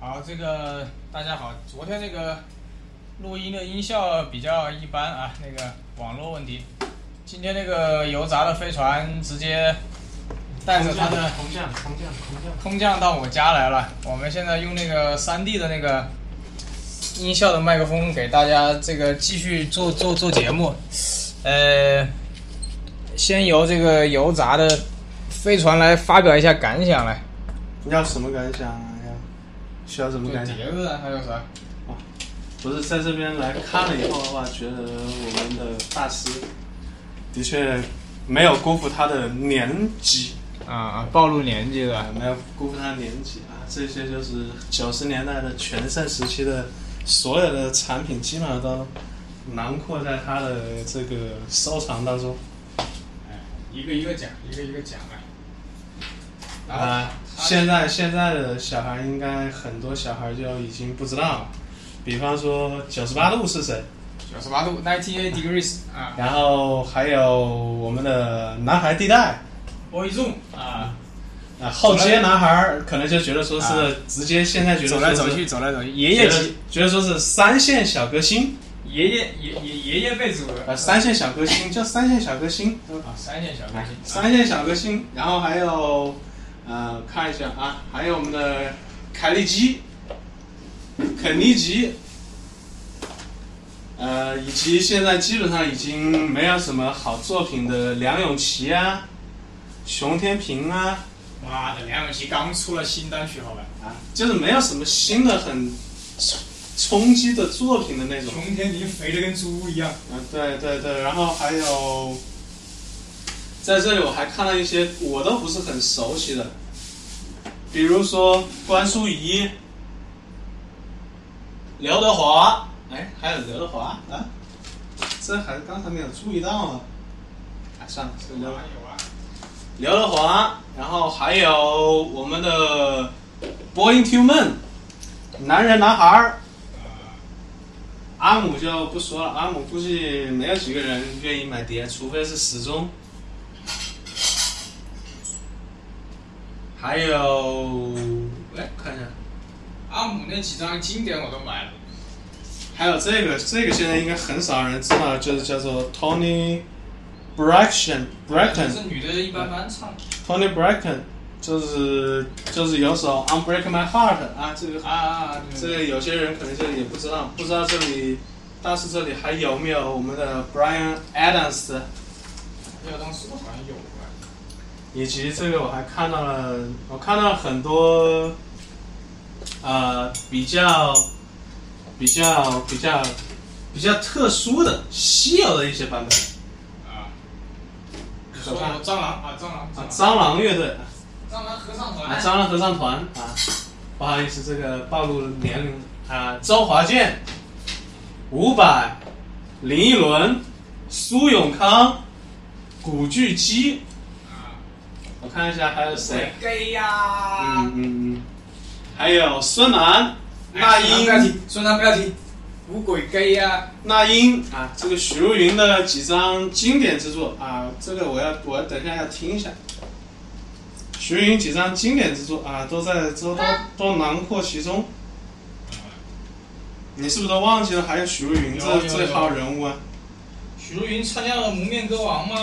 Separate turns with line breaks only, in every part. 好，这个大家好，昨天这个录音的音效比较一般啊，那个网络问题。今天那个油炸的飞船直接带着它的
空降，空降，空降。
空降到我家来了。我们现在用那个三 D 的那个音效的麦克风给大家这个继续做做做节目。呃，先由这个油炸的飞船来发表一下感想来。
你要什么感想啊？要需要什么感想？
碟子啊还有啥？
不是在这边来看了以后的话，觉得我们的大师的确没有辜负他的年纪
啊啊，暴露年纪了
啊，。没有辜负他的年纪啊。这些就是九十年代的全盛时期的所有的产品，基本上都囊括在他的这个收藏当中。
哎，一个一个讲，一个一个讲啊。
啊，现在现在的小孩应该很多小孩就已经不知道了，比方说九十八度是谁，
九十八度，ninety eight degrees 啊
然后还有我们的男孩地带
，boy zoom 啊，
啊，后街男孩儿可能就觉得说
啊
是直接现在觉得
走来
说
走
是
去，，走来走去，爷
觉
爷
得
级，
觉得说是三线小歌星
爷爷爷爷爷爷辈组合
啊，三线小歌星叫三线小歌星，
啊，三线小歌
哎
星，
三线小歌星，然后还有呃看一下啊，还有我们的凯利基、肯尼基，呃，以及现在基本上已经没有什么好作品的梁咏琪啊、熊天平啊。
妈的，梁咏琪刚出了新单曲，好吧，
啊，就是没有什么新的很冲冲击的作品的那种。
熊天林肥的跟猪一样，
嗯，对对对，然后还有，在这里我还看到一些我都不是很熟悉的，比如说关淑怡、刘德华，哎，还有刘德华啊，这还刚才没有注意到啊，啊，算了，这
有
刘
啊有啊，
刘德华，然后还有我们的 Boy into Man，男人男孩儿。阿姆就不说了，阿姆估计没有几个人愿意买碟，除非是时钟。还有，哎，看一下，
阿姆那几张经典我都买了，
还有这个，这个现在应该很少人知道，就是叫做 Tony Braxton
但
Braxton
是。女的一般般唱
Tony Braxton 就是就是有首《Unbreak My Heart》啊，这个
啊啊，
这
对
个有些人可能就也不知道，不知道这里大师这里还有没有我们的 Brian Adams，
要当时好像有吧，
以及这个我还看到了，我看到很多呃比较比较比较比较特殊的稀有的一些版本
啊，你
可
说
怕
有蟑螂啊，蟑螂，
啊，
蟑
蟑螂乐队
蟑螂合唱
啊，
团。
蟑螂合唱团啊，不好意思，这个暴露年龄啊，周华健、伍佰、林依轮、苏永康、古巨基，我看一下还有谁？
gay 呀
嗯！嗯嗯，还有哎孙楠、
不
那
要
英、
提，孙楠不要提，五鬼 gay 呀！
那英啊，这个许茹芸的几张经典之作啊，这个我要我等一下要听一下。许茹芸几张经典之作啊，都在都都都囊括其中。你是不是都忘记了？还有许茹芸
有有
这这号人物啊！
许茹芸参加了蒙面歌王吗？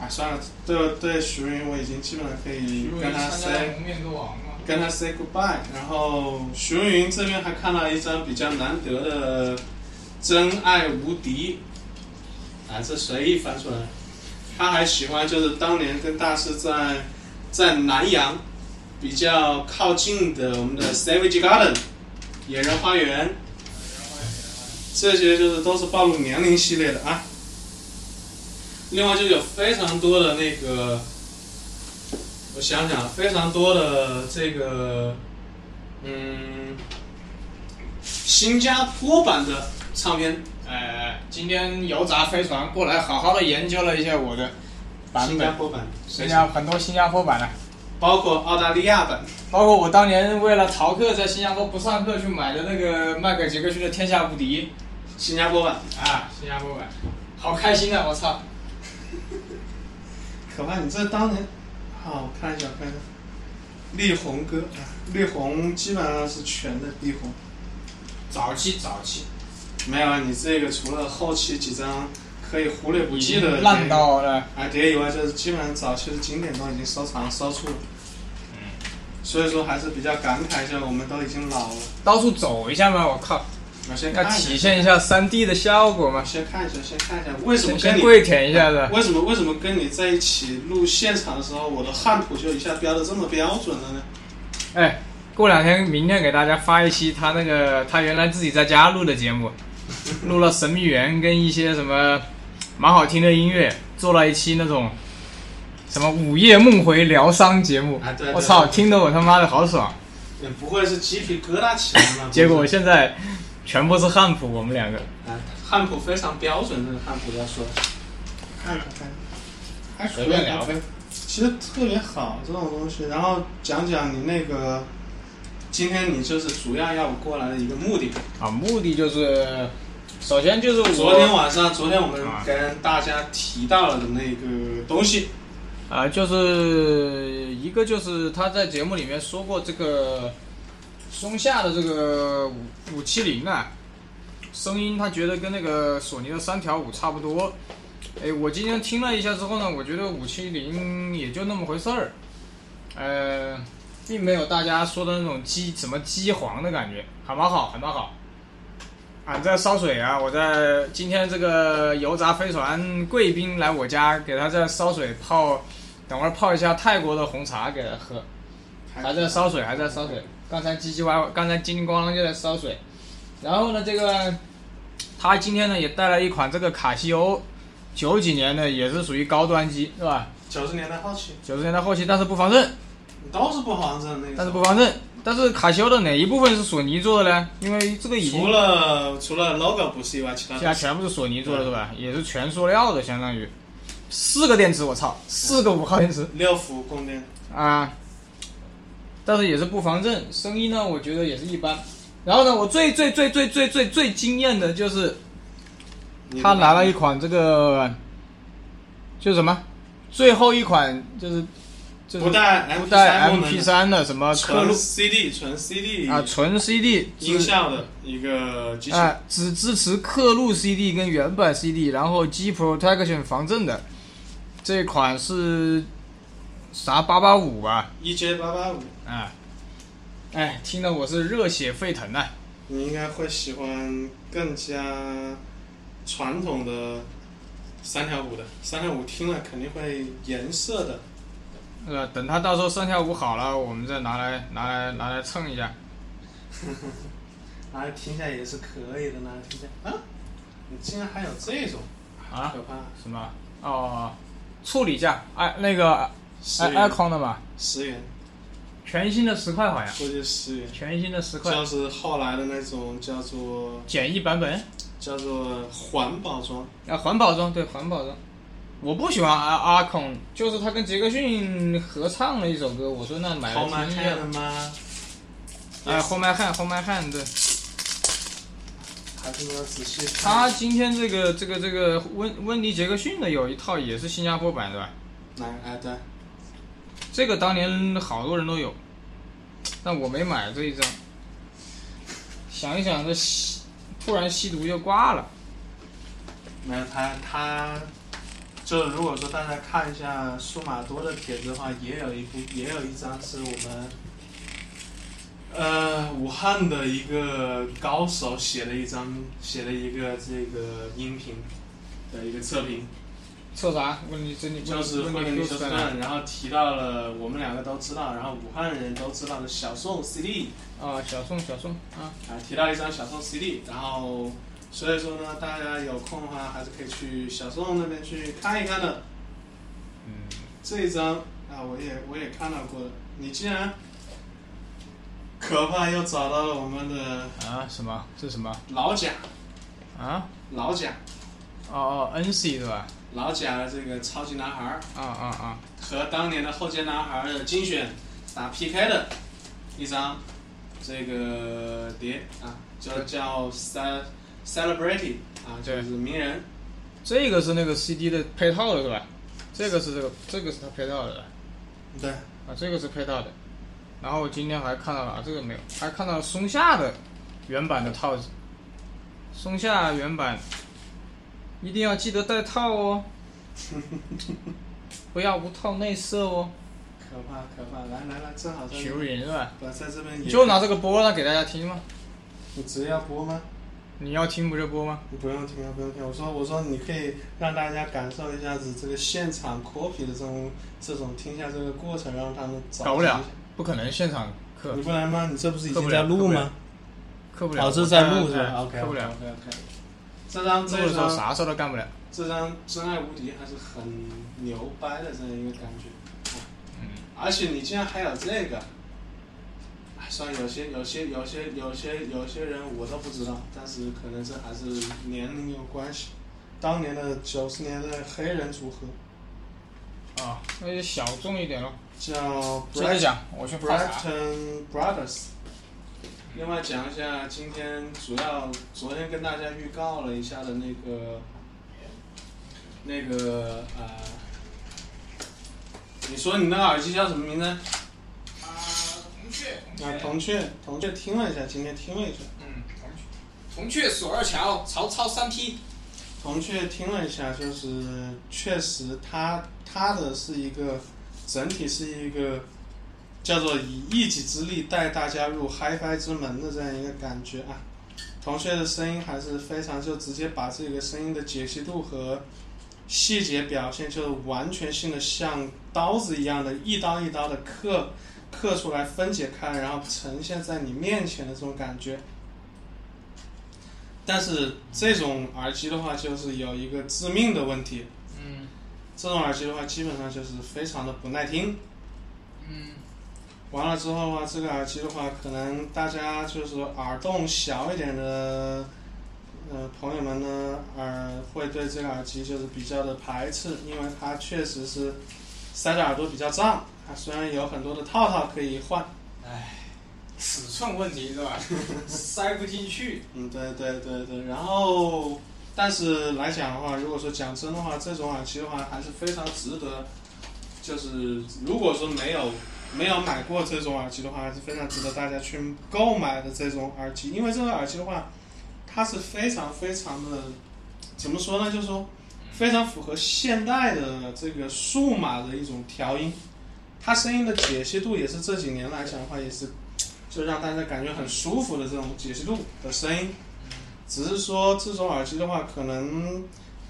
啊，算了，对对，许茹芸我已经基本上可
许
以
茹
跟
芸
她
参加了
say
蒙面歌王吗？
跟她 say goodbye。然后许茹芸这边还看到一张比较难得的《真爱无敌》，啊，这随意翻出来。她还喜欢就是当年跟大师在在南阳比较靠近的我们的 Savage Garden 野人花园。这些就是都是暴露年龄系列的啊。另外就有非常多的那个，我想想，非常多的这个，嗯，新加坡版的唱片，
呃，今天油炸飞船过来，好好的研究了一下我的版
新加
本，
坡版，
新加很多新加坡版的，
包括澳大利亚版，
包括我当年为了逃课在新加坡不上课去买的那个迈克尔杰克逊的《天下无敌》
新加坡版。
啊，新加坡版，好开心啊！我操，
可怕，你这当年，好，我看一下，我看一下，力宏哥啊，绿红基本上是全的地红。
早期早期，
没有，啊你这个除了后期几张可以忽略不计的
烂到了，
啊碟以外，就是基本上早期的经典都已经收藏收住了。
嗯
所以说还是比较感慨一下，我们都已经老了。
到处走一下嘛，我靠，
我先
要
看一
体
下，
现一下3 D 的效果嘛，
先看一下，先看一下，为什么
先
跟
先
你
跪舔一下子。
为什么为什么跟你在一起录现场的时候，我的汉普就一下标的这么标准了呢？
哎，过两天明天给大家发一期他那个他原来自己在家录的节 目，录了神秘园跟一些什么蛮好听的音乐，做了一期那种什么午夜梦回疗伤节目
啊对对，
我操，听得我他妈的好爽。
也不会是鸡皮疙瘩起来吗？
结果现在全部是汉普，我们两个
啊，汉普非常标准，这个汉普要说，看看看，还
随便聊呗。
其实特别好这种东西。然后讲讲你那个，今天你就是主要要我过来的一个目的。
啊，目的就是首先就是我
昨天晚上，昨天我们
啊
跟大家提到了的那个东西，
啊、就是一个就是他在节目里面说过这个松下的这个五五七零啊，声音他觉得跟那个索尼的三条五差不多。哎，我今天听了一下之后呢，我觉得五七零也就那么回事儿，呃，并没有大家说的那种机什么机皇的感觉，还蛮好，还蛮好。俺在烧水啊！我在今天这个油炸飞船贵宾来我家，给他在烧水泡，等会儿泡一下泰国的红茶给他喝。还在烧水，还在烧水。刚才唧唧歪歪，刚才叮叮咣啷就在烧水。然后呢，这个他今天呢也带来一款这个卡西欧，九几年的也是属于高端机是吧？
九十年代后期
九十年代后期，但是不防震，
都是不防震的那个时候。
但是不防震。但是卡西欧的哪一部分是索尼做的呢？因为这个已经
除了除了 logo 不是以外，其他
现在
都是
全部是索尼做的是吧？也是全塑料的，相当于四个电池，我操，四个五号电池
六伏供电。
啊！但是也是不防震，声音呢，我觉得也是一般。然后呢，我最最最最最最最惊艳的就是他拿了一款这个，就是什么，最后一款就是就是
不带
不
MP
带
三功能
MP
的
三的什么刻
纯
录
CD 纯 CD
啊，纯 CD 只
音效的一个机器。
啊，只支持刻录 CD 跟原版 CD，然后 G Protection 防震的这款是啥八八五吧？
EJ 八八五，
啊，哎，听得我是热血沸腾啊呐、
你应该会喜欢更加传统的三条五的，三条五听了肯定会颜色 的。
呃，等它到时候上下午好了，我们再拿来拿来拿来蹭一下。
拿来听一下也是可以的，拿来听一下啊！你竟然还有这种
啊
可怕！
什么？哦，处理价，哎，那个
十
i
元，
icon 的嘛，
十元，
全新的十块好像，
估计十元。
全新的十块，
就是后来的那种叫做
简易版本。
叫做环保装，
啊，环保装，对环保装。我不喜欢阿阿孔，就是他跟杰克逊合唱了一首歌，我说那买
好
了
买
听一
看
下
了。吗？
哎，后麦汉，后麦汉，对
还是要仔细看。
他今天这个这个这个温温迪杰克逊的有一套也是新加坡版的，
哪哎对，
这个当年好多人都有，但我没买这一张。想一想，这吸突然吸毒就挂了。
没有他他，就是如果说大家看一下数码多的帖子的话，也有一部也有一张是我们，呃武汉的一个高手写的一张写的一个这个音频的一个测评。
测啥？问你真的
就是
问
会
你
跟你
Q
说
在哪？
算，然后提到了我们两个都知道，然后武汉人都知道的小宋 CD
啊，小宋，小宋啊，
啊，提到一张小宋 CD，然后所以说呢，大家有空的话还是可以去小宋那边去看一看的。
嗯，
这一张啊，我也我也看到过的，你竟然可怕又找到了我们的
啊什么？这是什么？
老贾，
啊？
老贾，
哦哦，NC 是吧？
老贾的这个超级男孩儿
啊啊啊！
和当年的后街男孩儿的精选打 PK 的一张这个碟啊，叫叫 Cel- Celebrity 啊，就是名人。
这个是那个 CD 的配套的是吧？这个是这个，这个是它配套的
对，
啊，这个是配套的。然后今天还看到了啊这个没有，还看到了松下的原版的套子，松下原版一定要记得带套哦，不要无套内射哦，
可怕可怕！来来来，正好在
求人了，
我在这边
你
也
就拿这个播了给大家听吗？
你直接要播吗？
你要听不就播吗？
你不用听啊，不用听。我说我说你可以让大家感受一下子这个现场 copy 的这种这种听一下这个过程，让他们早
搞不
知
了
一下，
不可能现场刻
你不来吗？你这不是已
刻
经
不
在
了
录
刻不
吗
了？刻不了，
哦，这是在录
我
是
看
吧？OK
刻不了，
OK OK。这张
录的
这
时候
张
啥事儿都干不了。
这张《真爱无敌》还是很牛掰的这样一个感觉，
嗯，
而且你竟然还有这个，哎，算有些有些有些有些有些人我都不知道，但是可能这还是年龄有关系。当年的九十年代黑人组合
啊，那就小众一点咯。
叫
接着
Bright
讲，我去泡茶。
Brighton Brothers。另外讲一下，今天主要昨天跟大家预告了一下的那个那个呃，你说你那个耳机叫什么名字？啊，
啊，铜雀，
铜哎雀，铜雀听了一下，今天听了一下，
嗯，铜雀，铜雀锁二乔，曹操三批。
铜雀听了一下，就是确实它它的是一个整体是一个叫做以一己之力带大家入 HiFi 之门的这样一个感觉啊。铜雀的声音还是非常，就直接把这个声音的解析度和细节表现，就是完全性的像刀子一样的，一刀一刀的刻刻出来，分解开，然后呈现在你面前的这种感觉。但是这种耳机的话，就是有一个致命的问题，
嗯
这种耳机的话，基本上就是非常的不耐听。
嗯
完了之后啊，这个耳机的话，可能大家就是耳洞小一点的，呃，朋友们呢，耳会对这个耳机就是比较的排斥，因为它确实是塞着耳朵比较胀。它虽然有很多的套套可以换，
尺寸问题是吧？塞不进去。
嗯，对对对对。然后，但是来讲的话，如果说讲真的话，这种耳机的话还是非常值得，就是如果说没有没有买过这种耳机的话，还是非常值得大家去购买的这种耳机，因为这个耳机的话，它是非常非常的，怎么说呢？就是说非常符合现代的这个数码的一种调音，它声音的解析度也是这几年来讲的话，也是就让大家感觉很舒服的这种解析度的声音。只是说这种耳机的话，可能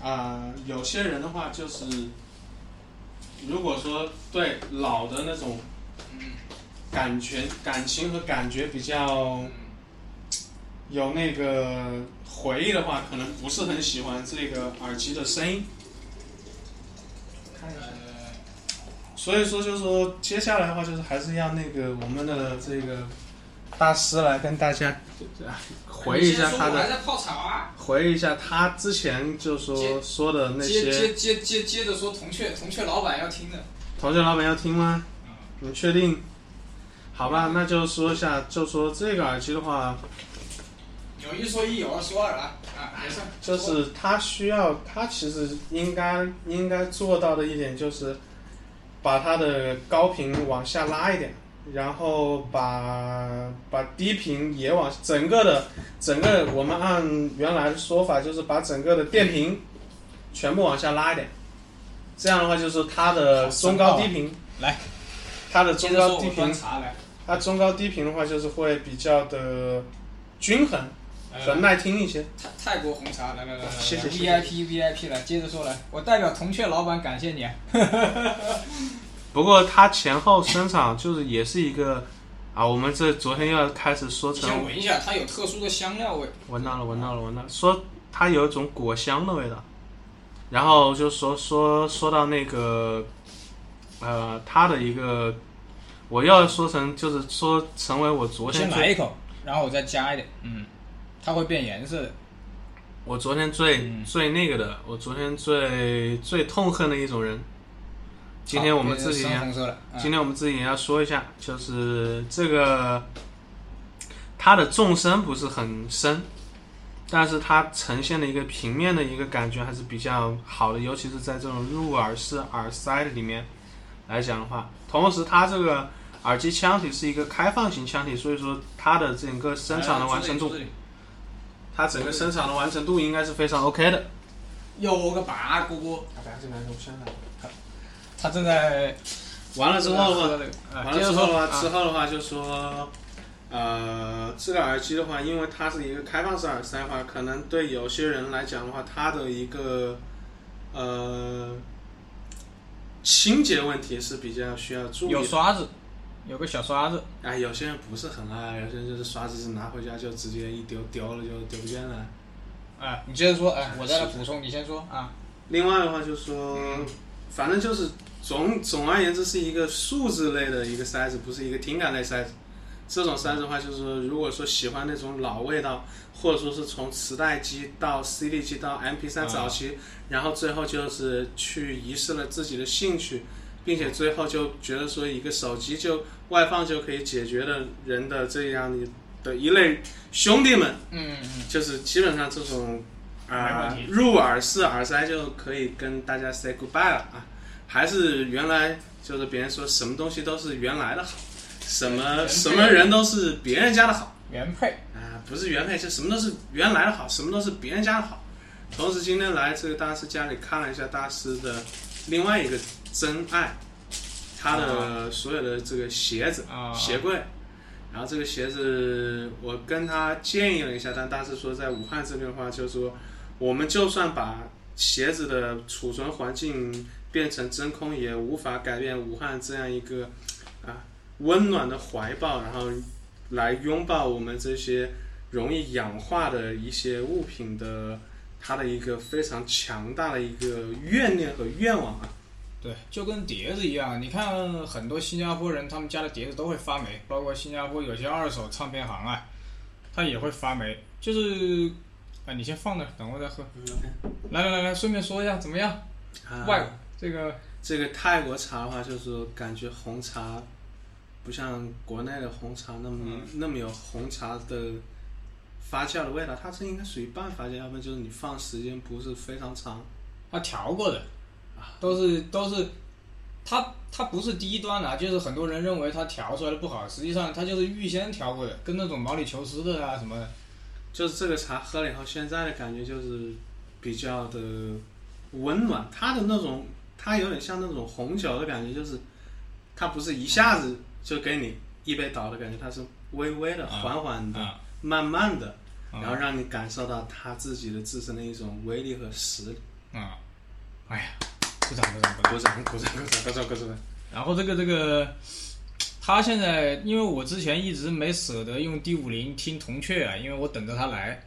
啊、有些人的话就是，如果说对老的那种
嗯
感觉、感情和感觉比较
嗯
有那个回忆的话，可能不是很喜欢这个耳机的声音。看一下。
呃，
所以说，就是说，接下来的话，就是还是要那个我们的这个大师来跟大家回忆一下他
我还
的，
在泡茶啊。
回忆一下他之前就说
接
说的那
接
些。
接接接接着说铜雀，铜雀老板要听的。
同学老板要听吗
嗯？
你确定？好吧，那就说一下，就说这个耳机的话，
有一说一，有二说二啊啊，没事。
就是它需要，它其实应该应该做到的一点就是，把它的高频往下拉一点，然后把把低频也往整个的整个我们按原来的说法就是把整个的电瓶全部往下拉一点，这样的话就是它的中高低频
来，
它的
接
中
着说
高
我
低
端
频，
茶来。
它中高低频的话就是会比较的均衡和
呃，
耐听一些。
泰泰国红茶，来来来来来
谢谢谢谢
，VIP VIP 来，接着说来，我代表铜雀老板感谢你啊。
不过它前后声场就是也是一个啊，我们这昨天又要开始说
你先
成
闻一下，它有特殊的香料味。
闻到了，闻到了，闻到了，说它有一种果香的味道，然后就说说说到那个呃，它的一个，我要说成就是说成为我昨
我
天
先
最
来一口，然后我再加一点，嗯，它会变颜色的。
我昨天最、
嗯
最那个的，我昨天最最痛恨的一种人。今天我们自己
好
也
变成深红色了，嗯
今天我们自己也要说一下，就是这个它的纵深不是很深，但是它呈现的一个平面的一个感觉还是比较好的，尤其是在这种入耳式耳塞里面来讲的话，同时它这个耳机腔体是一个开放型腔体，所以说它的整个声场的完
哎
成度，它整个声场的完成度应该是非常 OK 的。
有个八哥，
他正在
完了之
正在
后
喝
呢，
那个啊
完
接
了
着
之
说
后的话，
啊
之后的话就说，呃，治疗耳机的话，因为它是一个开放式耳塞的话，可能对有些人来讲的话，它的一个呃清洁问题是比较需要注意
有
的。
刷子，有个小刷子，
哎，有些人不是很爱，有些人就是刷子是拿回家就直接一丢丢了就丢不见了。
哎，你接着说，哎，我再来补充，你先说啊。
另外的话就说，反正就是总总而言之是一个数字类的一个塞子，不是一个听感类塞子。这种塞子的话，就是说如果说喜欢那种老味道，或者说是从磁带机到 CD 机到 MP3
啊
早期，然后最后就是去遗失了自己的兴趣，并且最后就觉得说一个手机就外放就可以解决的人的这样的一类兄弟们，
嗯嗯，
就是基本上这种
没
啊、
问题
入耳式耳塞就可以跟大家 say goodbye 了啊。还是原来就是别人说什么东西都是原来的好，什么什么人都是别人家的好
原配，
啊，不是原配，就什么都是原来的好，什么都是别人家的好。同时今天来这个大师家里看了一下大师的另外一个真爱，他
啊
的所有的这个鞋子、
啊
鞋柜，然后这个鞋子我跟他建议了一下，但大师说在武汉这边的话，就是说我们就算把鞋子的储存环境变成真空，也无法改变武汉这样一个啊温暖的怀抱，然后来拥抱我们这些容易氧化的一些物品的。它的一个非常强大的一个怨念和愿望啊，
对，就跟碟子一样，你看很多新加坡人，他们家的碟子都会发霉，包括新加坡有些二手唱片行啊，它也会发霉。就是，啊，你先放那儿，等会儿再喝。来来来来，顺便说一下怎么样？
啊
外这个
这个泰国茶的话，就是感觉红茶不像国内的红茶那么、那么有红茶的发酵的味道，它是应该属于半发酵，要不然就是你放时间不是非常长。
它调过的，都是都是，它它不是低端的啊，就是很多人认为它调出来的不好，实际上它就是预先调过的，跟那种毛里求斯的啊什么的，
就是这个茶喝了以后，现在的感觉就是比较的温暖，它的那种它有点像那种红酒的感觉，就是它不是一下子就给你一杯倒的感觉，它是微微的、
啊
缓缓的、
啊，
慢慢的，
嗯
然后让你感受到它自己的自身的一种威力和实力。
啊、哎呀，鼓掌鼓掌鼓掌。
鼓掌，鼓掌，鼓掌，鼓掌，鼓掌！
然后这个这个， 他现在因为我之前一直没舍得用 D 五零听铜雀啊，因为我等着他 来。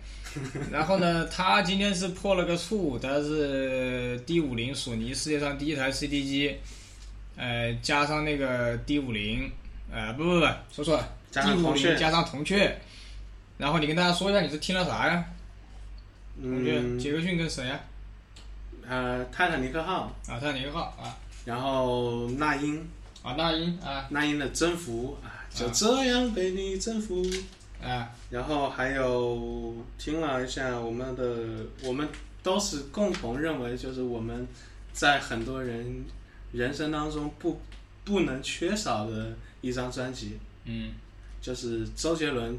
然后呢，他今天是破了个处，他是 D 五零索尼世界上第一台 CD 机，呃，加上那个 D 五零，呃，不不不，说错了
加上
，D 五
铜雀
零加上铜雀。然后你跟大家说一下，你是听了啥呀？铜雀，
嗯，
杰克逊跟谁呀？
呃，泰坦尼克号，
啊，他哪个号啊？
然后那英，
啊，那英啊
那英的征服啊，就这样被你征服。
啊，
然后还有听了一下我们的，我们都是共同认为，就是我们在很多人人生当中不不能缺少的一张专辑，
嗯
就是周杰伦，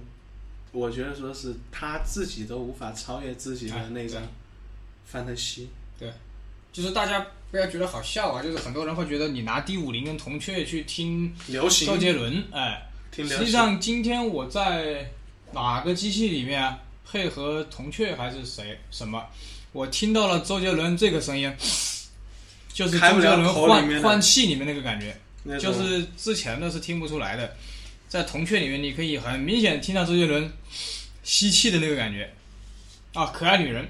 我觉得说是他自己都无法超越自己
啊
的那张
哎
《范特西》。
就是大家不要觉得好笑啊，就是很多人会觉得你拿 D 五零跟铜雀去听
流行
周杰伦，哎，
听
实
流
际
行，
上今天我在哪个机器里面啊配合铜雀还是谁什么，我听到了周杰伦这个声音，就是
开
周
不
杰
了
伦
口里面
换
的
换气里面那个感觉，
那
就
种
是之前的是听不出来的，在铜雀里面你可以很明显听到周杰伦吸气的那个感觉，啊，可爱女人，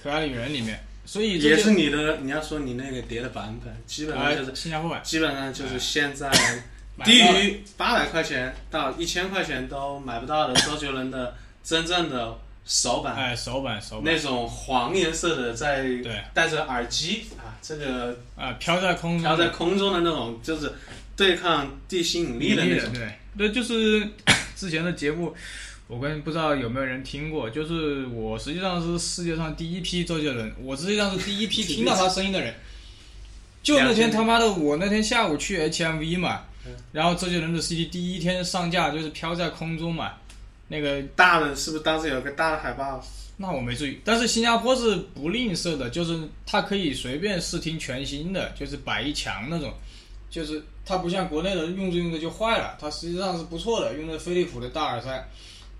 可爱女人里面，所以这
也是你的，你要说你那个碟的版本，基本上就是、
哎新加坡版。
基本上就是现在
哎买
低
不到
于八百块钱到一千块钱都买不到的周杰伦的真正的首版。
哎，手版手版，
那种黄颜色的，在
对
戴着耳机啊，这个
啊，飘在空中，
飘在空中的那种，就是对抗地心引力的那种。
对，那就是 之前的节目，我跟不知道有没有人听过，就是我实际上是世界上第一批周杰伦，我实际上是第 一批听到他声音的人。就那天他妈的，我那天下午去 HMV 嘛，
嗯
然后周杰伦的 CD 第一天上架就是飘在空中嘛，那个
大的是不是当时有个大的海报？
那我没注意，但是新加坡是不吝啬的，就是它可以随便试听全新的，就是百一强那种，就是它不像国内的用着用着就坏了，它实际上是不错的，用的飞利浦的大耳塞，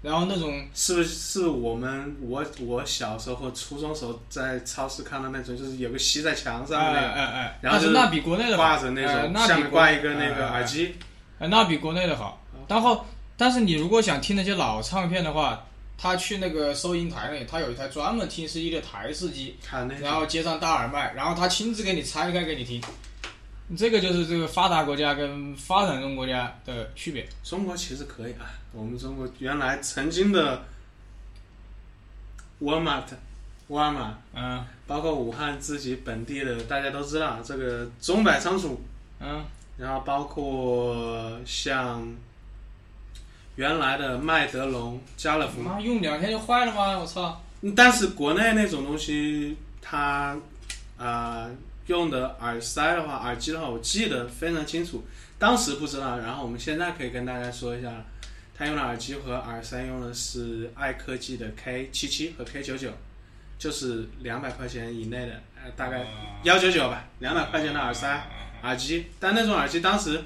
然后那种
是不是是我们我我小时候或初中时候在超市看到那种，就是有个吸在墙
哎
上的
哎
那个，
哎哎，
然后
但
就是
那比国内的好
挂着那
哎
种，
那比
下面挂一个
国内
那个
哎哎
耳机。
哎，那比国内的好。然后，但是你如果想听那些老唱片的话，他去那个收银台那里，他有一台专门听 CD 的台式机，
看那
然
个，
后接上大耳麦，然后他亲自给你拆开给你听。这个就是这个发达国家跟发展中国家的区别。
中国其实可以啊，我们中国原来曾经的沃尔玛，沃尔玛，
嗯
包括武汉自己本地的，大家都知道这个中百仓储，
嗯
然后包括像原来的麦德龙、家乐福，
妈用两天就坏了吗？我操！
嗯但是国内那种东西，它啊、呃用的耳塞的话，耳机的话，我记得非常清楚，当时不知道，然后我们现在可以跟大家说一下，它用的耳机和耳塞用的是爱科技的 K 七七和 K 九九，就是两百块钱以内的，呃，大概幺九九吧，两百块钱的耳塞。耳机，但那种耳机当时，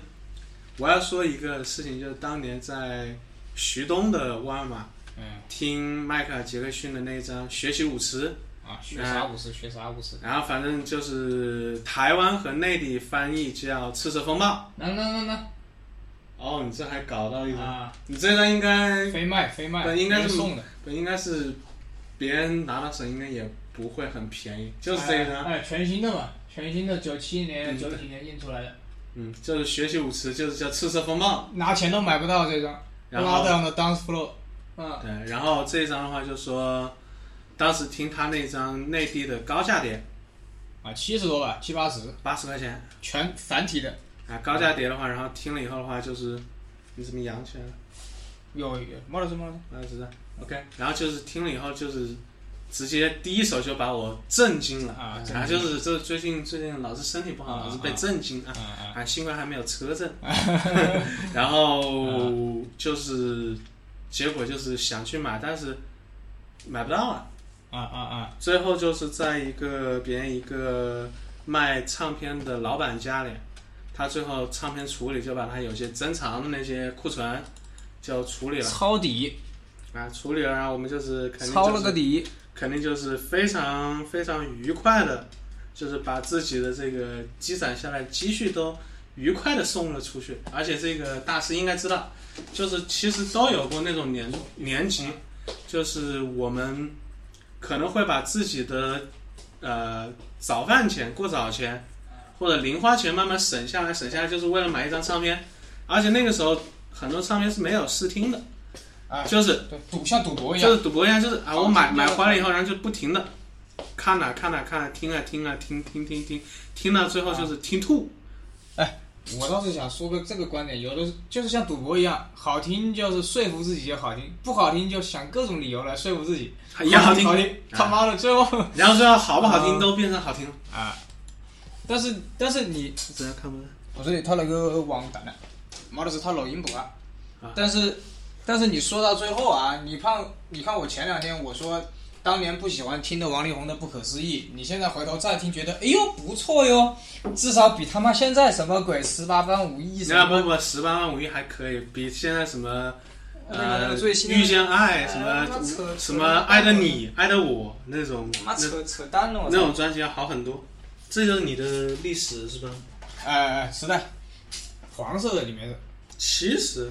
我要说一个事情，就是当年在徐东的沃尔玛
嗯
听迈克尔·杰克逊的那一张《学习舞池
啊，学啥舞狮？学啥舞狮？》，
然后反正就是台湾和内地翻译叫《赤色风暴
那那那》。
哦，你这还搞到一
那
张，
啊，
你这张应该
飞麦飞麦，
对应该是
送的，
不应该是别人拿到手，应该也不会很便宜，就是这一张。
哎，哎全新的嘛，全新的九七年
嗯
九几年印出来的。
嗯，就是《学习舞池》，就是叫《赤色风暴》。
拿钱都买不到这张。
然后
拉档的 dance floor，嗯，
对，然后这一张的话就说，当时听他那张内地的高价碟，
啊，七十多吧，七八十，
八十块钱
全繁体的，
啊，高价碟的话，然后听了以后的话就是，你怎么扬起来了？
有有，没得什么，
那知道，OK。然后就是听了以后就是，直接第一首就把我震惊了
啊
然后就是这最近最近老是身体不好，
啊
老是被震惊啊
嗯嗯，
啊，幸亏还没有车 震。然后就是结果就是想去买，但是买不到了。
啊啊啊，
最后就是在一个别人一个卖唱片的老板家里，他最后唱片处理就把他有些珍藏的那些库存就处理了
抄底，
啊，处理了，然后我们就是肯定、就是、
抄了个底，
肯定就是非常非常愉快的，就是把自己的这个积攒下来积蓄都愉快的送了出去。而且这个大师应该知道，就是其实都有过那种年年级，就是我们可能会把自己的呃早饭钱、过早钱或者零花钱慢慢省下来，省下来就是为了买一张唱片，而且那个时候很多唱片是没有试听的，
哎
就是。
对，赌像赌博一
就
样，
是赌博一样，就是啊，我买买回来以后，然后就不停的看呐、看呐、看、啊、听啊听啊听听听听，听到最后
啊
就是听吐。
我倒是想说个这个观点，有的就是像赌博一样，好听就是说服自己就好听，不好听就想各种理由来说服自己，
还也好听
好听，啊他妈的最后
然后最后好不好
啊
听都变成好听了。
啊，但是但是你
只要看不到。
我这里套了个网感的，毛老师套抖音博啊
啊。
但是，但是你说到最后啊，你看，你看我前两天我说当年不喜欢听的王力宏的《不可思议》，你现在回头再听，觉得哎呦不错哟，至少比他妈现在什么鬼十八般武艺什
那不
么
不，十八万五一还可以，比现在什么
那个那
呃
个最新的
遇见爱什
哎
么
那扯
什么爱的你爱的我那种
妈
那
扯扯淡了我
那
操！
种专辑要好很多。这就是你的历史是吧？
哎哎，哎时代，黄色的里面的，
其实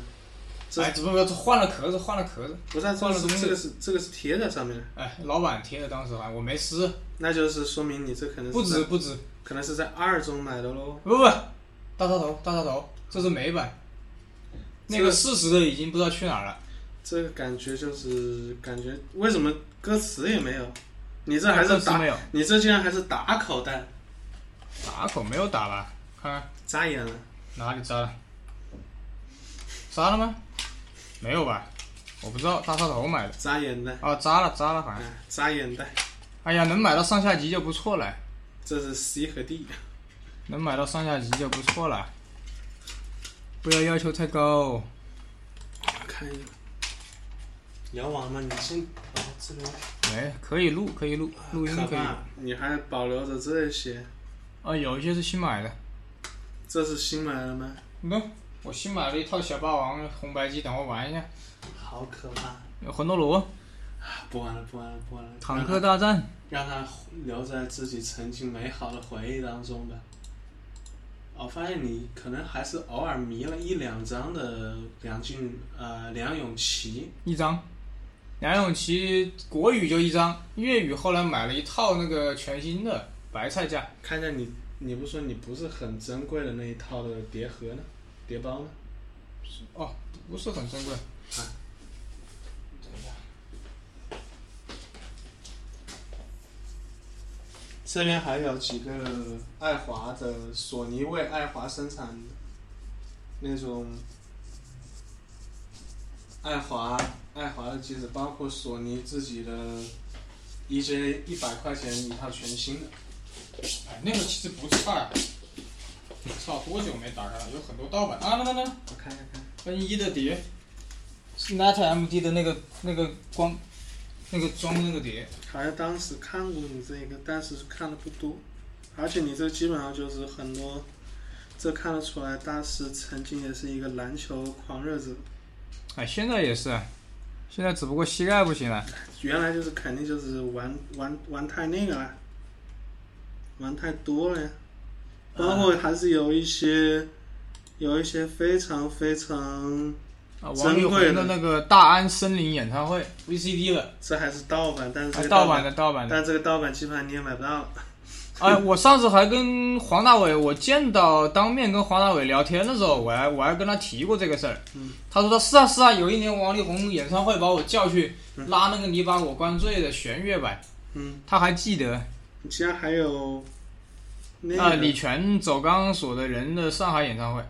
这
哎，只不过换了壳子，换了壳子。
不是，
换
这
了东西
是这个是这个是贴在上面的，
哎，老板贴的，当时啊还我没撕，
那就是说明你这可能是
不
在
止不止，
可能是在二中买的喽。
不不，大插头，大插头，这是美版，那个四十的已经不知道去哪儿了。
这个感觉就是感觉为什么歌词也没有？你这还是
歌词
打
没有
你这竟然还是打口袋，
打口没有打吧？看看
扎眼了。
哪里扎了？扎了吗？没有吧？我不知道，大插头买的。
扎眼袋，
啊，扎了扎了，好
啊
像。，
扎眼袋，
哎呀，能买到上下级就不错了，
这是 C 和 D。
能买到上下级就不错了。不要要求太高。
看一眼。聊完了吗？你先把这个啊
哎，可以录，可以录，录音
可
可以。
怕，你还保留着这些？
啊，有一些是新买的。
这是新买的吗？
你看，我新买了一套小霸王红白机，等会玩一下。
好可怕！
有魂斗罗、
不玩了，不玩了，不玩了。
坦克大战，
让它留在自己曾经美好的回忆当中吧。我发现你可能还是偶尔迷了一两张的梁静呃梁咏琪，
一张。梁咏琪国语就一张，粤语后来买了一套那个全新的白菜价。
看见你你不是说你不是很珍贵的那一套的碟盒呢，碟包呢？
哦，不是很珍贵。
这边还有几个爱华的索尼为爱华生产的那种爱华爱华的机子，包括索尼自己的 EJ 一百块钱一套全新的。
哎，那个其实不差呀、操，多久没打开了？有很多盗版啊！那那那
我看一看，
N 一的碟，Net MD 的那个那个光，那个装那个碟，
好像当时看过你这个，但是看的不多，而且你这基本上就是很多，这看得出来，当时曾经也是一个篮球狂热者，
哎，现在也是，现在只不过膝盖不行了。
原来就是肯定就是玩玩玩太那个了，玩太多了呀，
啊
包括还是有一些，有一些非常非常，
啊，
王力宏的那
个大安森林演唱会 VCD 了，
这还是盗版，但是这
啊，
个
盗版的盗版的。
但这个盗版基本上你也买不到了。
哎，我上次还跟黄大炜，我见到当面跟黄大炜聊天的时候，我还我还跟他提过这个事儿。
嗯，
他说他是啊是啊，有一年王力宏演唱会把我叫去
嗯
拉那个你把我灌醉的弦乐版，
嗯，
他还记得。
你竟然还有那个，
啊，李泉走钢索的人的上海演唱会，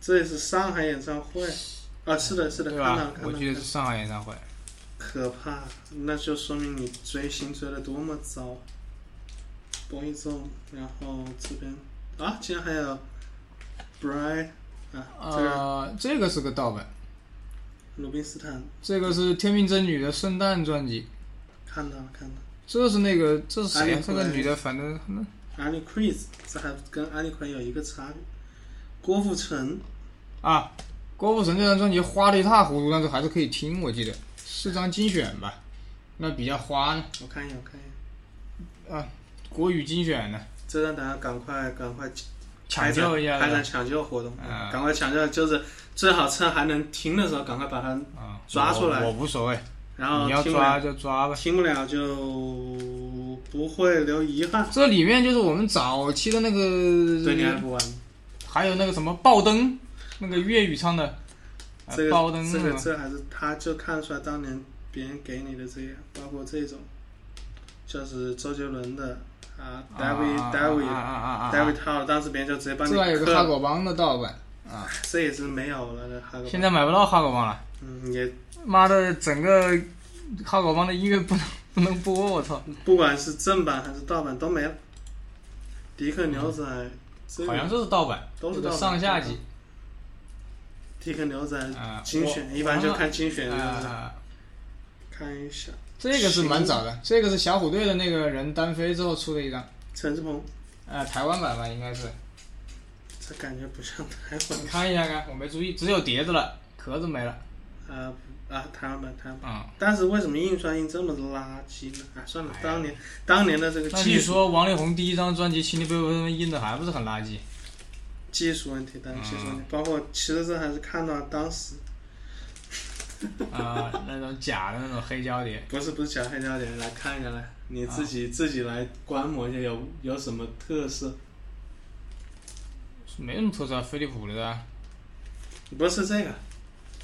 这也是上海演唱会啊，是的，是的，
对
看到
吧
了？看到
我
了
记得是上海演唱会。
可怕，那就说明你追星追的多么糟。博一众，然后这边啊，竟然还有 Brian 啊，这个
呃，这个是个盗版，
鲁宾斯坦
这个是天命真女的圣诞专辑，
看到了看到了
这是那个这是谁
哎
啊？这个女的，反正那
a n i c r i s 这还跟 a n i c r i 有一个差别。郭富城
啊，郭富城这张专辑花的一塌糊涂，但是还是可以听，我记得是张精选吧？那比较花呢，
我看一眼我看一眼，
国语精选呢，
这让大家赶快赶快
抢救一下
开展
子
抢救活动，
啊
赶快抢救，就是最好趁还能听的时候赶快把它，
啊，
抓出来
我我无所谓，
然后
你要
听完
抓就抓吧。
听不了就不会留遗憾。
这里面就是我们早期的那个，
对，你还不玩？
还有那个什么爆灯，那个粤语唱的，呃
这
爆
个
灯
这
是
个
吧
这还是他就看出来当年别人给你的这个，包括这种，就是周杰伦的啊，David
啊啊啊
David
啊啊啊啊
David t o 当时别人就直接帮你
这还有个哈
刻，
狗帮的盗版啊，
这也是没有了的哈狗。
现在买不到哈狗帮了，
嗯，也
妈的，整个哈狗帮的音乐不能不能播，我操，
不管是正版还是盗版都没了。迪克牛仔，这
嗯好像
个
这是盗版，
都是
这个
盗版嗯
上下级，
迪克牛仔
啊
精选，一般就看精选，就是
啊，
看一下
这个是蛮早的，这个是小虎队的那个人单飞之后出的一张，
陈志鹏，
呃，台湾版吧应该是，
这感觉不像台湾
你。看一下看，我没注意，只有碟子了，壳子没了，
啊啊，台湾版台湾版。
啊，
但是为什么印刷印这么垃圾呢？啊，算了，当年当年的这个
哎那
技
你
术
说王力宏第一张专辑《亲力被温温印的还不是很垃圾？
技术问题，当然技术问题，包括其实这还是看到当时
啊、 那种假的那种黑胶碟，
不是不是小黑胶点来看一下来，你
啊
自己、自己来观摩一下有有什么特色。
没什么特色啊，飞利浦的啊，
不是这个，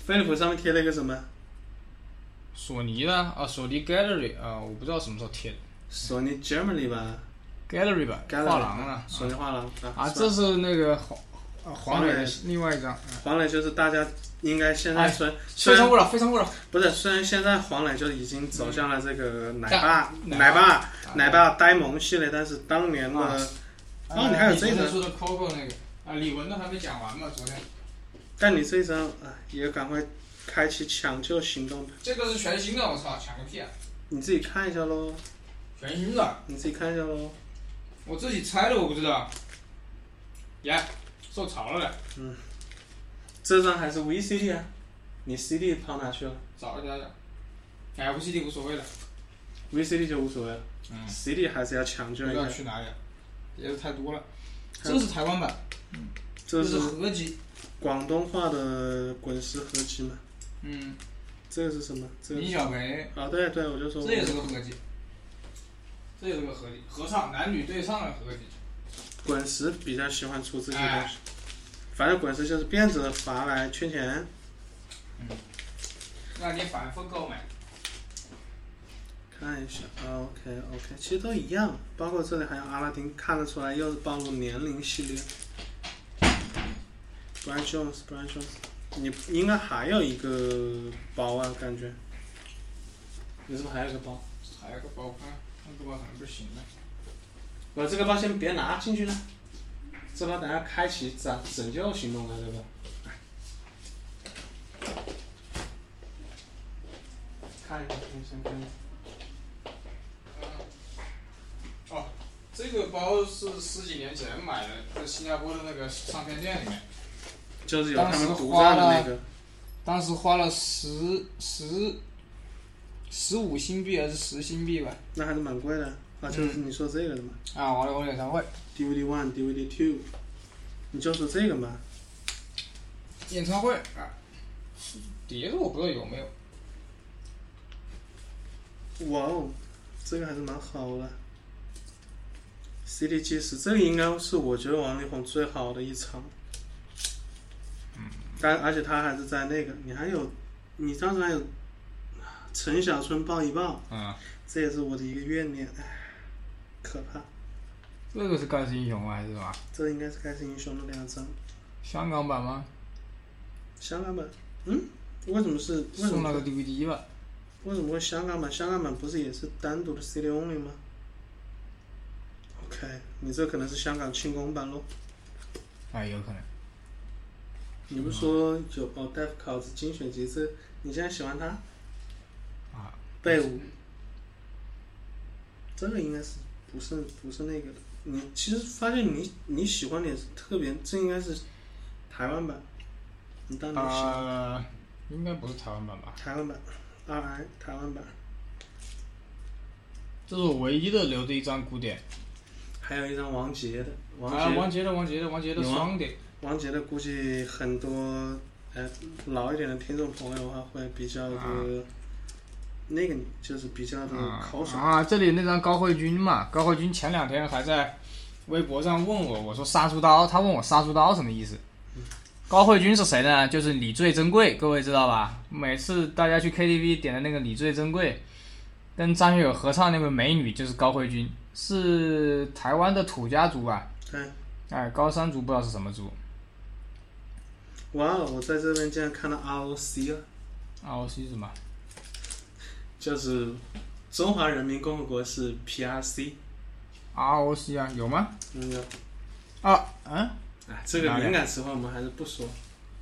飞利浦上面贴了一个什么
索尼的啊，索尼 Gallery 啊，我不知道什么时候贴的
索尼 Germany 吧，
Gallery 吧，
Gallery
画廊的
索尼画廊啊
啊，这是那个黄啊黄磊的另外一张，
黄磊就是大家应该现在
哎
虽然、虽
非
然
诚勿扰，非诚勿扰，
不是，虽然现在黄磊就已经走向了这个奶爸、
但
奶爸、奶
嗯奶
爸呆萌系列，但是当年的、
啊
哦你还有这个
李文说的 Coco 那个啊，李玟的还没讲完嘛，昨天
但你这一张啊，也赶快开启抢救行动吧，
这个是全新的，我操，抢个屁啊！
你自己看一下喽，
全新的，
你自己看一下喽。
我自己拆的，我不知道。耶，受潮了嘞，
这张还是 VCD 啊，你 CD 跑哪去了
找一下去。哎，VCD 无所谓了，
？VCD 就无所谓了、
嗯
c d 还是要抢
不
救
知
一
道
下。
去哪里，也是太多了。这是台湾版，
这
是
是
合集。
广东话的滚石合集嘛？
嗯，
这个是什么？这个
李小梅，
啊，对对，我就说
这也是个合集，这也是个合集，合唱男女对唱的合集。
滚石比较喜欢出这些东
哎
西，反正滚石就是变着法来圈钱。
让你反复购买。
看一下，OK OK，其实都一样，包括这里还有阿拉丁，看得出来又是暴露年龄系列。Brian Jones，Brian Jones，你应该还有一个包啊，感觉。你是不是还有一个包？
还有个包看，那个包可能不行了。
我这个包先别拿进去了，这包等下开启拯拯救行动了，对吧？看一下，先看一下。
哦，这个包是十几年前买的，在新加坡的那个唱片店里面，
就是有他们独占的那个，
当时花了十十十五新币还是十新币吧？
那还是蛮贵的啊。就是你说这个的嘛、
啊，王力宏演唱会，
d v d One、DVD Two，你就说这个嘛。
演唱会啊，碟子我不知道有没有。
哇哦，这个还是蛮好的。CD 机十，这个应该是我觉得王力宏最好的一场。
嗯
但而且他还是在那个，你还有，你当时还有陈小春抱一抱，
嗯，
这也是我的一个怨念，唉可怕。
这个是盖世英雄吗？还是什么？
这应该是盖世英雄的两张，
香港版吗？
香港版，嗯，为什么是为什
送
么
了
是
个 DVD 吧。
为什么会香港版？香港版不是也是单独的 CD only 吗？OK，你这可能是香港轻功版喽。
哎，有可能。
你不是说有哦，大夫考子精选集这，你现在喜欢他？
啊，
贝五，这个应该是不是不是那个的。你其实发现你你喜欢的也是特别，这应该是台湾版，你当年喜欢、
呃，应该不是台湾版吧？
台湾版，R I 台湾版，
这是我唯一的留的一张古典。
还有一张王杰的，王杰、
啊，王杰的王杰的王杰的
有吗
双碟，
王杰的估计很多呃老一点的听众朋友的话会比较的、那个你，就是比较的口水。
啊啊，这里那张高慧君嘛，高慧君前两天还在微博上问我，我说杀猪刀，他问我杀猪刀什么意思。高慧君是谁呢？就是李最珍贵，各位知道吧？每次大家去 KTV 点的那个李最珍贵，跟张学友合唱那位美女就是高慧君，是台湾的土家族啊，
对，
哎，高山族不知道是什么族
哇哦，我在这边竟然看到 ROC 了。
啊，我是什么？
就是中华人民共和国是 PRC，
ROC 啊，有吗？
嗯，有
啊，嗯，
啊，这个
哪里
敏感词汇我们还是不说。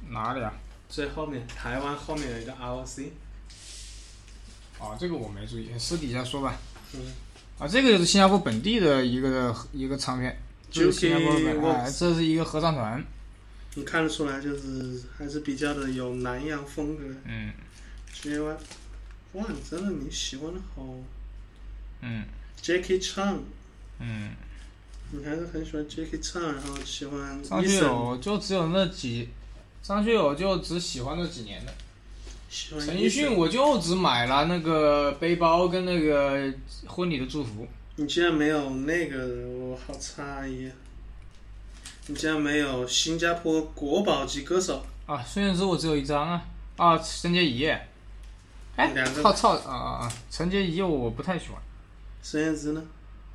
哪里啊？
最后面，台湾后面有一个 ROC，
哦，这个我没注意，私底下说吧。
嗯，
啊，这个就是新加坡本地的一个一个唱片，就是
Juicy
新加坡本
Works
哎，这是一个合唱团，
你看得出来就是还是比较的有南洋风格。
嗯
JY，哇，你真的你喜欢的好
嗯
Jackie Chan，
嗯，
你还是很喜欢 Jackie Chan，然后喜欢
张学
Eason，
友就只有那几，张学友就只喜欢那几年的，
喜欢
陈
Eason
奕迅，我就只买了那个背包跟那个婚礼的祝福，
你竟然没有那个，我好诧异啊。你竟然没有新加坡国宝级歌手，
啊，孙燕姿我只有一张啊，啊，陈洁仪，哎
两，个
操操啊啊啊，陈洁仪我我不太喜欢，
孙燕姿呢？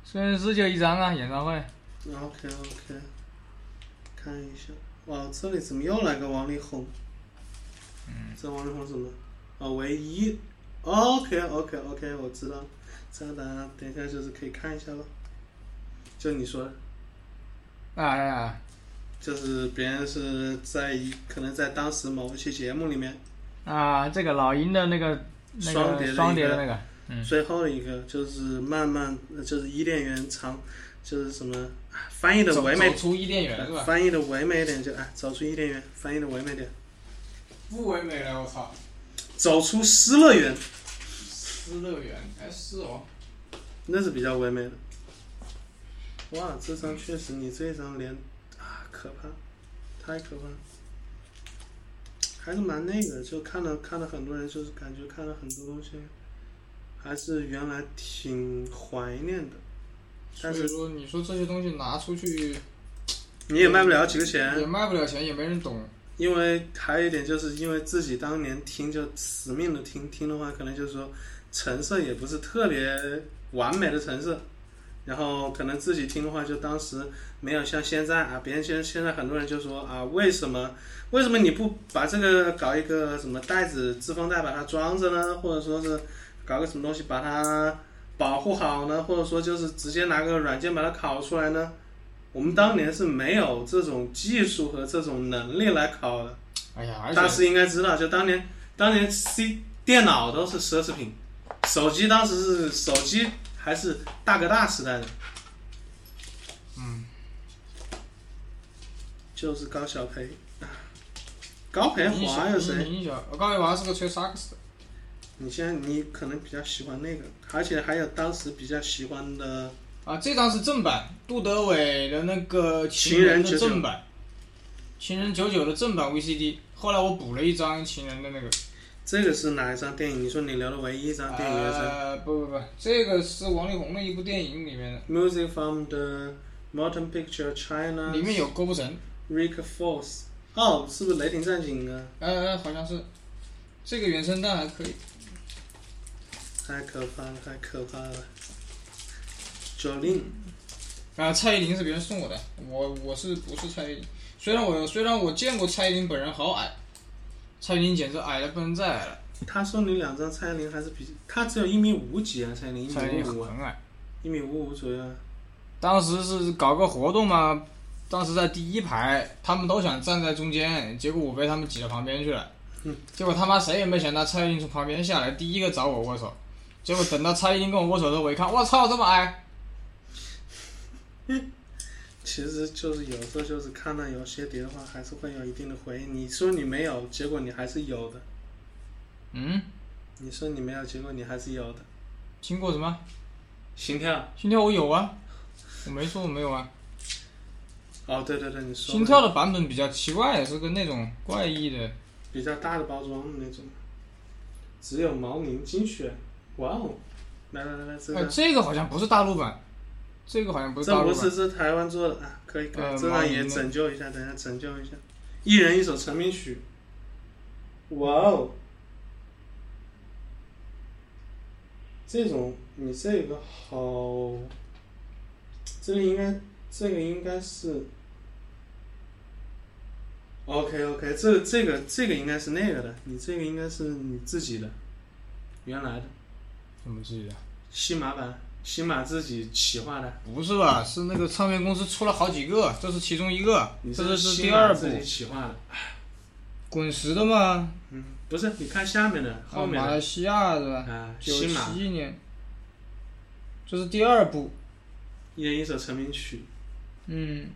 孙燕姿就一张啊，演唱会，
OK OK，看一下，哇，这里怎么又来个王力宏？嗯，这王力宏是什么？哦，唯一。OK OK OK，我知道了。这样大家等一下就是可以看一下了。就你说的，
哎哎哎，
就是别人是在一可能在当时某一期节目里面
啊，这个老鹰的那个那
双碟的
个
一个
双碟的那个，嗯
最后一个就是慢慢就是伊甸园长，就是什么啊翻译的
走
唯美
走，出伊甸园是吧？
翻译的唯美一点就啊，走出伊甸园，翻译的唯美点，
不唯美了，我操！
走出失乐园，
失乐园，哎是哦，
那是比较唯美的。哇，这张确实，你这张脸啊，可怕，太可怕了，还是蛮那个，就看了看了很多人，就是感觉看了很多东西，还是原来挺怀念的。
所
但
以
是
说你说这些东西拿出去
你也卖不了几个钱，
也卖不了钱，也没人懂。
因为还有一点，就是因为自己当年听就死命的听，听的话可能就是说成色也不是特别完美的成色，然后可能自己听的话就当时没有像现在啊，别人现现在很多人就说啊，为什么为什么你不把这个搞一个什么袋子自封袋把它装着呢？或者说是搞个什么东西把它保护好呢？或者说就是直接拿个软件把它拷出来呢？我们当年是没有这种技术和这种能力来拷的，
哎呀，而
大
且
师应该知道，就当年当年 C 电脑都是奢侈品，手机当时是手机还是大哥大时代的，
嗯，
就是高晓培，高培
林
华有谁？
林小，我高培华是个吹萨克斯的。
你现在你可能比较喜欢那个，而且还有当时比较喜欢的，
啊，这张是正版，杜德伟的那个《
情人
人》
99
的正版，《情人九九》的正版 VCD。后来我补了一张《情人》的那个，
这个是哪一张电影？你说你留的唯一一张啊电影原声、
呃，不不不，这个是王力宏的一部电影里面的，
m u s i c from the Motion Picture China，
里面有郭富城，
Rick Force，哦，是不是雷霆战警啊？
呃，好像是，这个原声带还可以。
太可怕了，太可怕了。Jolin，
啊，蔡依林是别人送我的，我我是不是蔡依林？虽然我虽然我见过蔡依林本人，好矮，蔡依林简直矮的不能再矮了，
他送你两张蔡依林还是比他只有一米五几啊？蔡依林一
蔡依
米
林
五五啊，
很矮。
一米五五左右啊。
当时是搞个活动嘛，当时在第一排，他们都想站在中间，结果我被他们挤到旁边去了。
嗯
结果他妈谁也没想到蔡依林从旁边下来，第一个找我握手。结果等到蔡依林跟我握手的时候，我一看，我操，这么矮！
其实就是有时候就是看到有些碟的话，还是会有一定的回应。你说你没有，结果你还是有的；
嗯，
你说你没有，结果你还是有的。
经过什么？
心跳，
心跳我有啊，我没说我没有啊。
哦，对对对，你说
心跳的版本比较奇怪，是个那种怪异的。
比较大的包装的那种，只有毛宁精选，哇哦！来来来来，这
哎，
个
这个好像不是大陆版，这个好像不是大
这
陆
不
版
是。是台湾做的啊，可以可
呃
以，这
毛
张
宁
也
的
拯救一下，等一下拯救一下，一人一首成名曲，哇哦！这种你这个好，这个应该这个应该是，OK OK，这这个这个应该是那个的，你这个应该是你自己的，原来的
怎么记得？
西马版，西马自己企划的。
不是吧？是那个唱片公司出了好几个，这是其中一个，
你
这
是
是
西
第
马
二部
自。己企划的，
滚石的嘛，
嗯，不是，你看下面的，后面
啊马
的
来西亚是吧？
啊，
九
西马
七年，这是第二部。
一人一首成名曲，
嗯，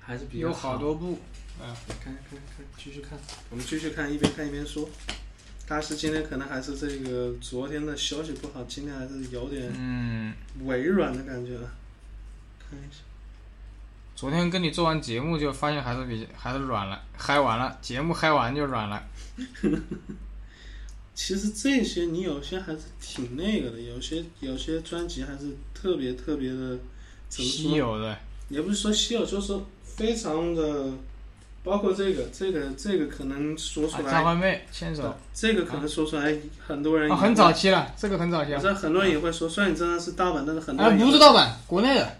还是比较
有好多部。
看看看，继续看，我们继续看，一边看一边说。大师今天可能还是这个昨天的休息不好，今天还是有点
嗯，
微软的感觉啊。看一下，
昨天跟你做完节目就发现还是比还是软了，嗨完了，节目嗨完就软了。
其实这些你有些还是挺那个的，有些有些专辑还是特别特别的，怎么
稀
说？
有的，
也不是说稀有，就是说非常的，包括这个这个这个可能说
啊
出来
张惠妹牵手，
这个可能说出来，很多人也
啊，
会
很早，期了，这个很早期
我
了
知。道很多人也会说，虽然你真的是盗版，但是很多
哎，
人也
不
会
是盗版，国内的，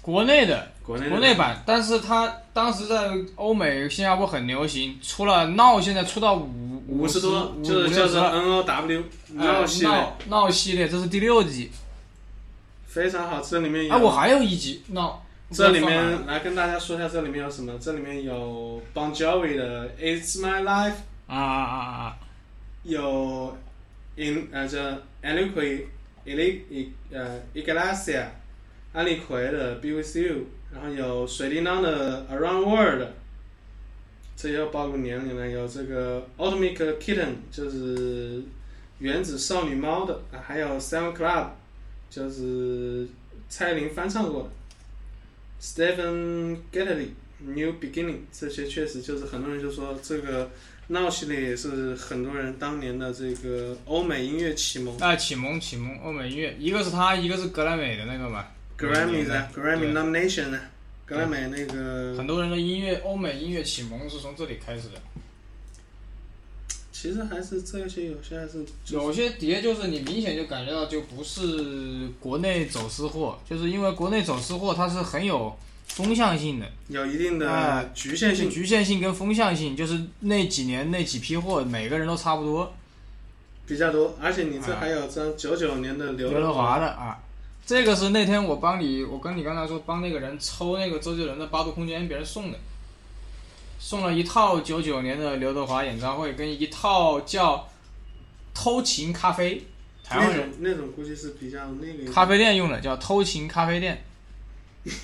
国内的，
国内的
国内版。但是它当时在欧美、新加坡很流行，出了闹，现在出到五
五
十
十多，
五
就是
五
叫
六
做
十了。哎
N O W
闹
闹系列，
闹系列，这是第六集，
非常好吃。这里面有、
啊，我还有一集，那
这里面来跟大家说一下，这里面有什么？这里面有 Bon Jovi 的《It's My Life》，
啊啊啊啊啊，
有 In 呃这 Aliquy i l i 呃 Iglesia 安利奎的《Be With You》，然后有水叮当的《Around World》，这也要暴露年龄了。有这个 Atomic Kitten，就是原子少女猫的，啊还有 Seven Club，就是蔡依林翻唱过的。Stephen g a t l y New Beginning，这些确实就是很多人就说这个 Now 系列也是很多人当年的这个欧美音乐启蒙
啊启蒙启蒙欧美音乐，一个是他，一个是格莱美的那个嘛
，Grammy 的 Grammy
对
nomination 呢，格莱美那个
很多人的音乐欧美音乐启蒙是从这里开始的。
其实还是这些有些还是
有些碟就是你明显就感觉到就不是国内走私货，就是因为国内走私货它是很有风向性的，
有一定
啊
的局限性，
局限性跟风向性，就是那几年那几批货每个人都差不多。
比较多，而且你这
嗯
还有张九九年的刘
刘德华的啊，这个是那天我帮你，我跟你刚才说帮那个人抽那个周杰伦的《八度空间》，别人送的，送了一套九九年的刘德华演唱会跟一套叫《偷情咖啡》，台湾
那
人
种那种估计是比较那个
咖啡店用的，叫偷情咖啡店。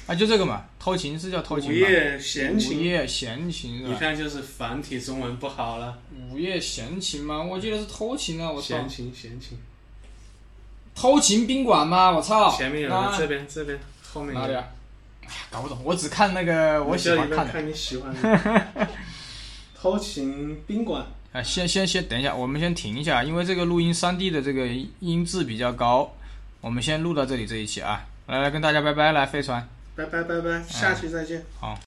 啊，就这个嘛，偷情是叫偷情
午
吧？
夜闲
午
情，
夜闲情嗯是
一
吧？
看就是繁体中文不好了，
午夜闲情吗？我记得是偷情啊！我操，
闲情闲情。
偷情宾馆吗？我操！
前面有
啊
个，这边这边，后面有
哪里啊？哎呀，搞不懂，我只看那个我喜欢
你这
看的。
里边看你喜欢的。 偷情宾馆，
啊，先先先等一下，我们先停一下，因为这个录音三 D 的这个音质比较高，我们先录到这里这一期啊，来来跟大家拜拜，来飞船，
拜拜拜拜，下期再见。
好。